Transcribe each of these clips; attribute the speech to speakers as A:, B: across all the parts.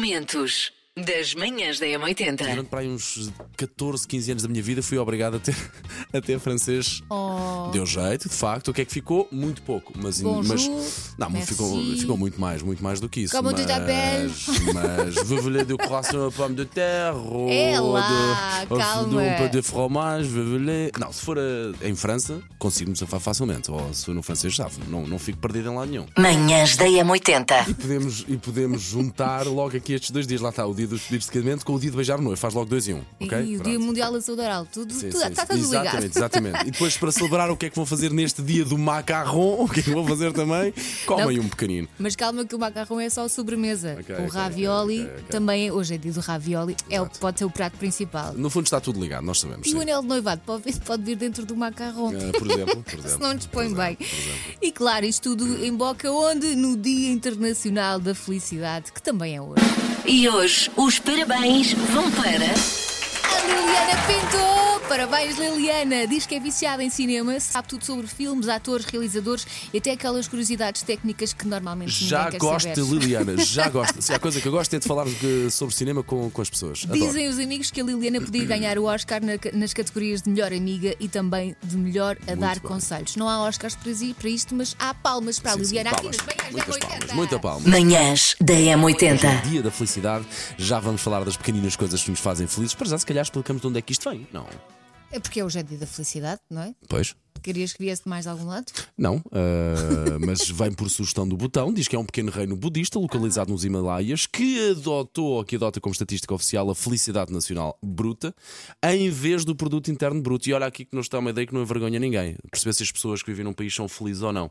A: Momentos das manhãs da M80.
B: É.
C: Durante para aí uns 14, 15 anos da minha vida fui obrigado a ter, a ter francês.
B: Oh,
C: Deu jeito, de facto. O que é que ficou? Muito pouco. Mas,
B: Bonjour,
C: mas não,
B: merci.
C: ficou, ficou muito mais, muito mais do que isso.
B: Comment tu
C: mas,
B: t'appelles?
C: mas vevelé de coração à pomme de terre, ou
B: É lá,
C: de, ou
B: calma.
C: de um peu de fromage, vevelé. Não, se for eh, em França, consigo-me safar facilmente. Ou se for no francês, safo. Não, não fico perdido em lado nenhum.
A: Manhãs da M80.
C: E podemos, e podemos juntar logo aqui estes dois dias. Lá está, o dia dos pedidos de casamento com o dia de beijar o noivo. Faz logo dois em um. ok?
B: e o Dia
C: Pronto.
B: Mundial da Saúde Oral, tudo,
C: Sim,
B: tudo,
C: sim,
B: está
C: sim.
B: tudo
C: exatamente,
B: ligado.
C: exatamente. E depois, para celebrar o que é que vou fazer neste dia do macarrão, o que é que vou fazer também? Comem um pequenino.
B: Mas calma que o macarrão é só a sobremesa.
C: Ok,
B: o
C: ok,
B: ravioli
C: ok, ok, ok.
B: também, hoje é dia do ravioli, é o,
C: Exato.
B: pode ser o prato principal.
C: No fundo está tudo ligado, nós sabemos.
B: E o
C: sim.
B: anel de noivado pode vir, pode vir dentro do macarrão.
C: Ah, por exemplo, por exemplo.
B: Se não dispõe
C: por
B: bem.
C: exemplo, por exemplo. Hum.
B: E claro, isto tudo emboca onde? No Dia Internacional da Felicidade, que também é hoje.
A: E hoje os parabéns vão para.
B: A Liliana Pinto! Parabéns, Liliana! Diz que é viciada em cinema, sabe tudo sobre filmes, atores, realizadores e até aquelas curiosidades técnicas que normalmente
C: Já
B: ninguém quer
C: gosto de
B: saber.
C: Liliana, já gosto. Se há coisa que eu gosto é de falar de- sobre cinema com, com as pessoas. Adoro.
B: Dizem os amigos que a Liliana podia ganhar o Oscar na- nas categorias de melhor amiga e também de melhor a
C: Muito
B: dar
C: bem.
B: conselhos. Não há Oscars para si- para isto, mas há palmas para a
C: Sim, sim,
B: Liliana
C: palmas.
B: aqui nas
C: Muitas
B: manhãs da
C: palmas,
B: 80.
C: muita palma. Um
A: Manhãs da M80.
C: Dia da felicidade, já vamos falar das pequeninas coisas que nos fazem felizes. Para já, se calhar, explicamos de onde é que isto vem. Não.
B: É porque hoje é dia da felicidade, não é?
C: Pois.
B: Querias que viesse de mais algum lado?
C: Não, ah, mas vem por sugestão do Butão, diz que é um pequeno reino budista localizado nos Himalaias que adotou ou que adota como estatística oficial a felicidade nacional bruta em vez do produto interno bruto. E olha aqui que não está uma ideia que não envergonha ninguém. Perceber se as pessoas que vivem num país são felizes ou não.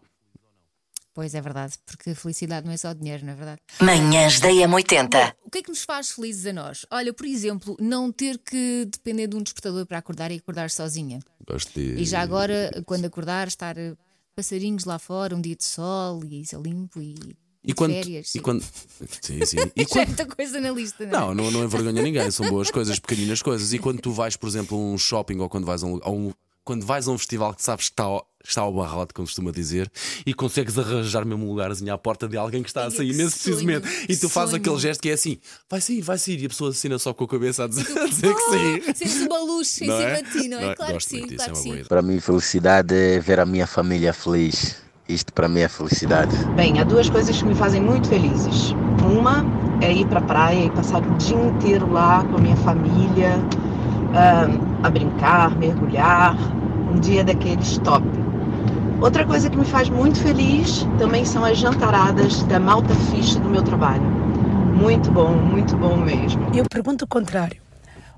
B: Pois é verdade, porque a felicidade não é só dinheiro, não é verdade?
A: Manhãs da M80.
B: O que é que nos faz felizes a nós? Olha, por exemplo, não ter que depender de um despertador para acordar e acordar sozinha.
C: Gosto de.
B: E já agora, quando acordar, estar eh, passarinhos lá fora, um dia de sol e isso é limpo e,
C: E quando,
B: férias.
C: e quando- Sim, sim. E
B: Já é
C: quando-
B: muita coisa na lista, não é?
C: Não, não, não envergonha ninguém, são boas coisas, pequeninas coisas. E quando tu vais, por exemplo, a um shopping ou quando vais a um, a um- quando vais a um festival que sabes que está ao, está ao barrote, como costuma dizer, e consegues arranjar mesmo um lugarzinho à porta de alguém que está a
B: Ai,
C: sair
B: que
C: nesse preciso
B: sonho,
C: momento. E tu fazes
B: sonho.
C: aquele gesto que é assim: vai sair, vai sair, e a pessoa assina só com a cabeça a dizer, a dizer que sim.
B: Sentes uma luz em
C: Não
B: cima
C: é?
B: de ti, "Oh!" não é?
C: Não é?
B: Claro
C: Gosto
B: que sim,
C: muito disso,
B: claro
C: é
B: que
C: uma
B: sim.
C: boa
D: Para mim, felicidade é ver a minha família feliz. Isto para mim é felicidade.
E: Bem, há duas coisas que me fazem muito felizes. Uma é ir para a praia e passar o dia inteiro lá com a minha família, ah, a brincar, mergulhar, um dia daqueles top. Outra coisa que me faz muito feliz também são as jantaradas da malta ficha do meu trabalho. Muito bom, muito bom mesmo.
F: Eu pergunto o contrário.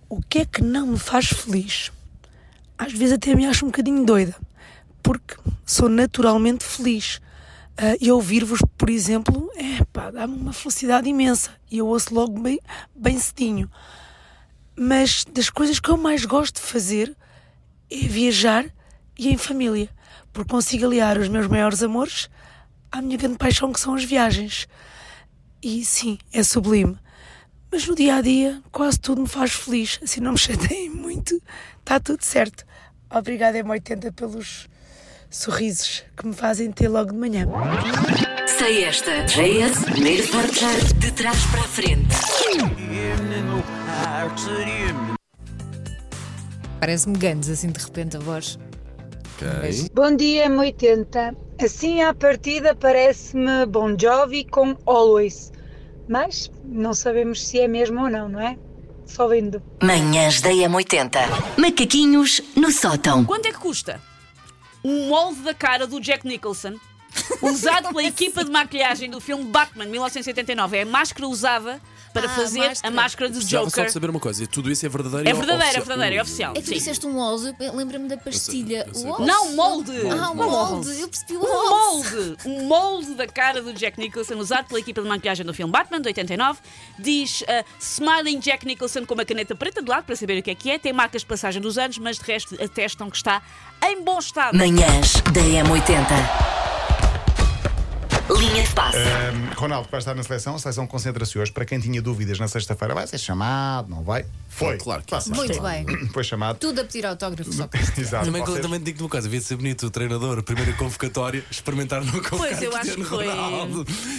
F: O que é que não me faz feliz? Às vezes até me acho um bocadinho doida, porque sou naturalmente feliz. Ah, e ouvir-vos, por exemplo, é pá, dá-me uma felicidade imensa. E eu ouço logo bem, bem cedinho. Mas das coisas que eu mais gosto de fazer é viajar e em família, porque consigo aliar os meus maiores amores à minha grande paixão, que são as viagens. E sim, é sublime. Mas no dia a dia, quase tudo me faz feliz. Assim, não me chateiem muito, está tudo certo. Obrigada, M80, pelos sorrisos que me fazem ter logo de manhã.
A: Sei esta. JS, primeiro portar de trás para a frente.
B: Parece-me Guns, assim de repente a voz.
C: Ok.
G: Bom dia, M80. Assim à partida parece-me Bon Jovi com Always, mas não sabemos se é mesmo ou não, não é? Só vendo.
A: Manhãs da M80. Macaquinhos no sótão.
H: Quanto é que custa um molde da cara do Jack Nicholson usado pela equipa de maquilhagem do filme Batman 1989? É a máscara usada para
B: Ah,
H: fazer
B: máscara.
H: a máscara do
C: Precisava só
H: Joker.
C: de saber uma coisa: e tudo isso é verdadeiro
H: É
C: e o-
H: verdadeiro, é
C: oficial?
H: verdadeiro, é
C: Ui,
H: oficial.
B: É que tu
H: Sim.
B: disseste um ouse, eu lembro-me da pastilha.
C: eu sei. é.
B: O ouse?
H: Não, molde.
B: Ah, um
C: Molde.
B: molde! Eu percebi o
H: Um
B: ouse!
H: molde, um molde da cara do Jack Nicholson usado pela equipa de maquilhagem do filme Batman de 89 diz ah, Smiling Jack Nicholson com uma caneta preta de lado para saber o que é que é, tem marcas de passagem dos anos, mas de resto atestam que está em bom estado.
A: Manhãs da M80. Linha Linha de passe.
I: Ahm, Ronaldo vai estar na seleção, a seleção concentra-se hoje. Para quem tinha dúvidas na sexta-feira, vai ser chamado, não vai? Foi.
C: Claro que
I: Pá,
C: sim.
B: Muito bem.
I: Foi chamado.
B: Tudo a pedir autógrafos só.
I: Exato.
J: Também,
I: vocês-
J: também te digo-te uma coisa, devia ser bonito o treinador, a primeira convocatória, experimentar no convocatório.
H: eu acho que foi-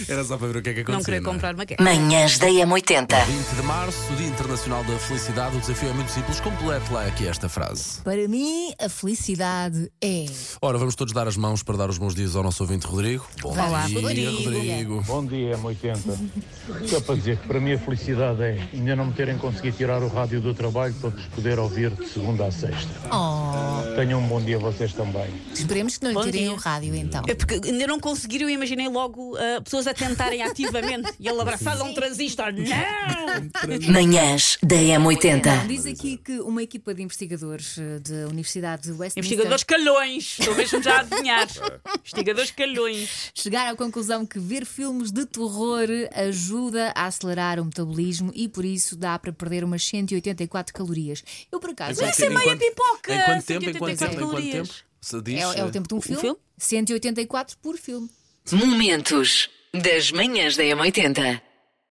J: Era só para ver o que é que acontecia.
H: Não querer
J: é?
H: comprar uma guerra.
A: Manhãs da M80.
C: 20 de março, Dia Internacional da Felicidade. O desafio é muito simples. Complete lá aqui esta frase.
B: Para mim, a felicidade é.
C: Ora, vamos todos dar as mãos para dar os bons dias ao nosso ouvinte Rodrigo. Bom
B: Olá,
C: dia,
B: Rodrigo.
K: Bom dia, M80. Só para dizer que para mim a felicidade é ainda não me terem conseguido tirar o rádio do trabalho para vos poder ouvir de segunda a sexta.
B: Oh,
K: Tenham um bom dia vocês também.
B: esperemos que não lhe
H: Bom
B: tirem
H: dia.
B: o rádio então.
H: É porque ainda não conseguiram, eu imaginei logo ah, pessoas a tentarem ativamente e ele abraçado a um transistor. Não!
A: Manhãs da
B: Não,
A: M80.
B: diz aqui que uma equipa de investigadores eh, da Universidade de Westminster
H: Investigadores calhões, estou mesmo já a adivinhar. Investigadores calhões.
B: chegaram à conclusão que ver filmes de terror ajuda a acelerar o metabolismo e por isso dá para perder umas 184 calorias. Eu por acaso
H: Mas isso é meia pipoca!
C: Em quanto tempo? Em quanto tempo? Em
H: 184
C: quanto
H: calorias.
C: tempo? Se
B: é,
C: diz, eh,
B: é o tempo de um
H: o
B: filme?
H: filme?
B: 184 por filme.
A: Momentos das manhãs da M80.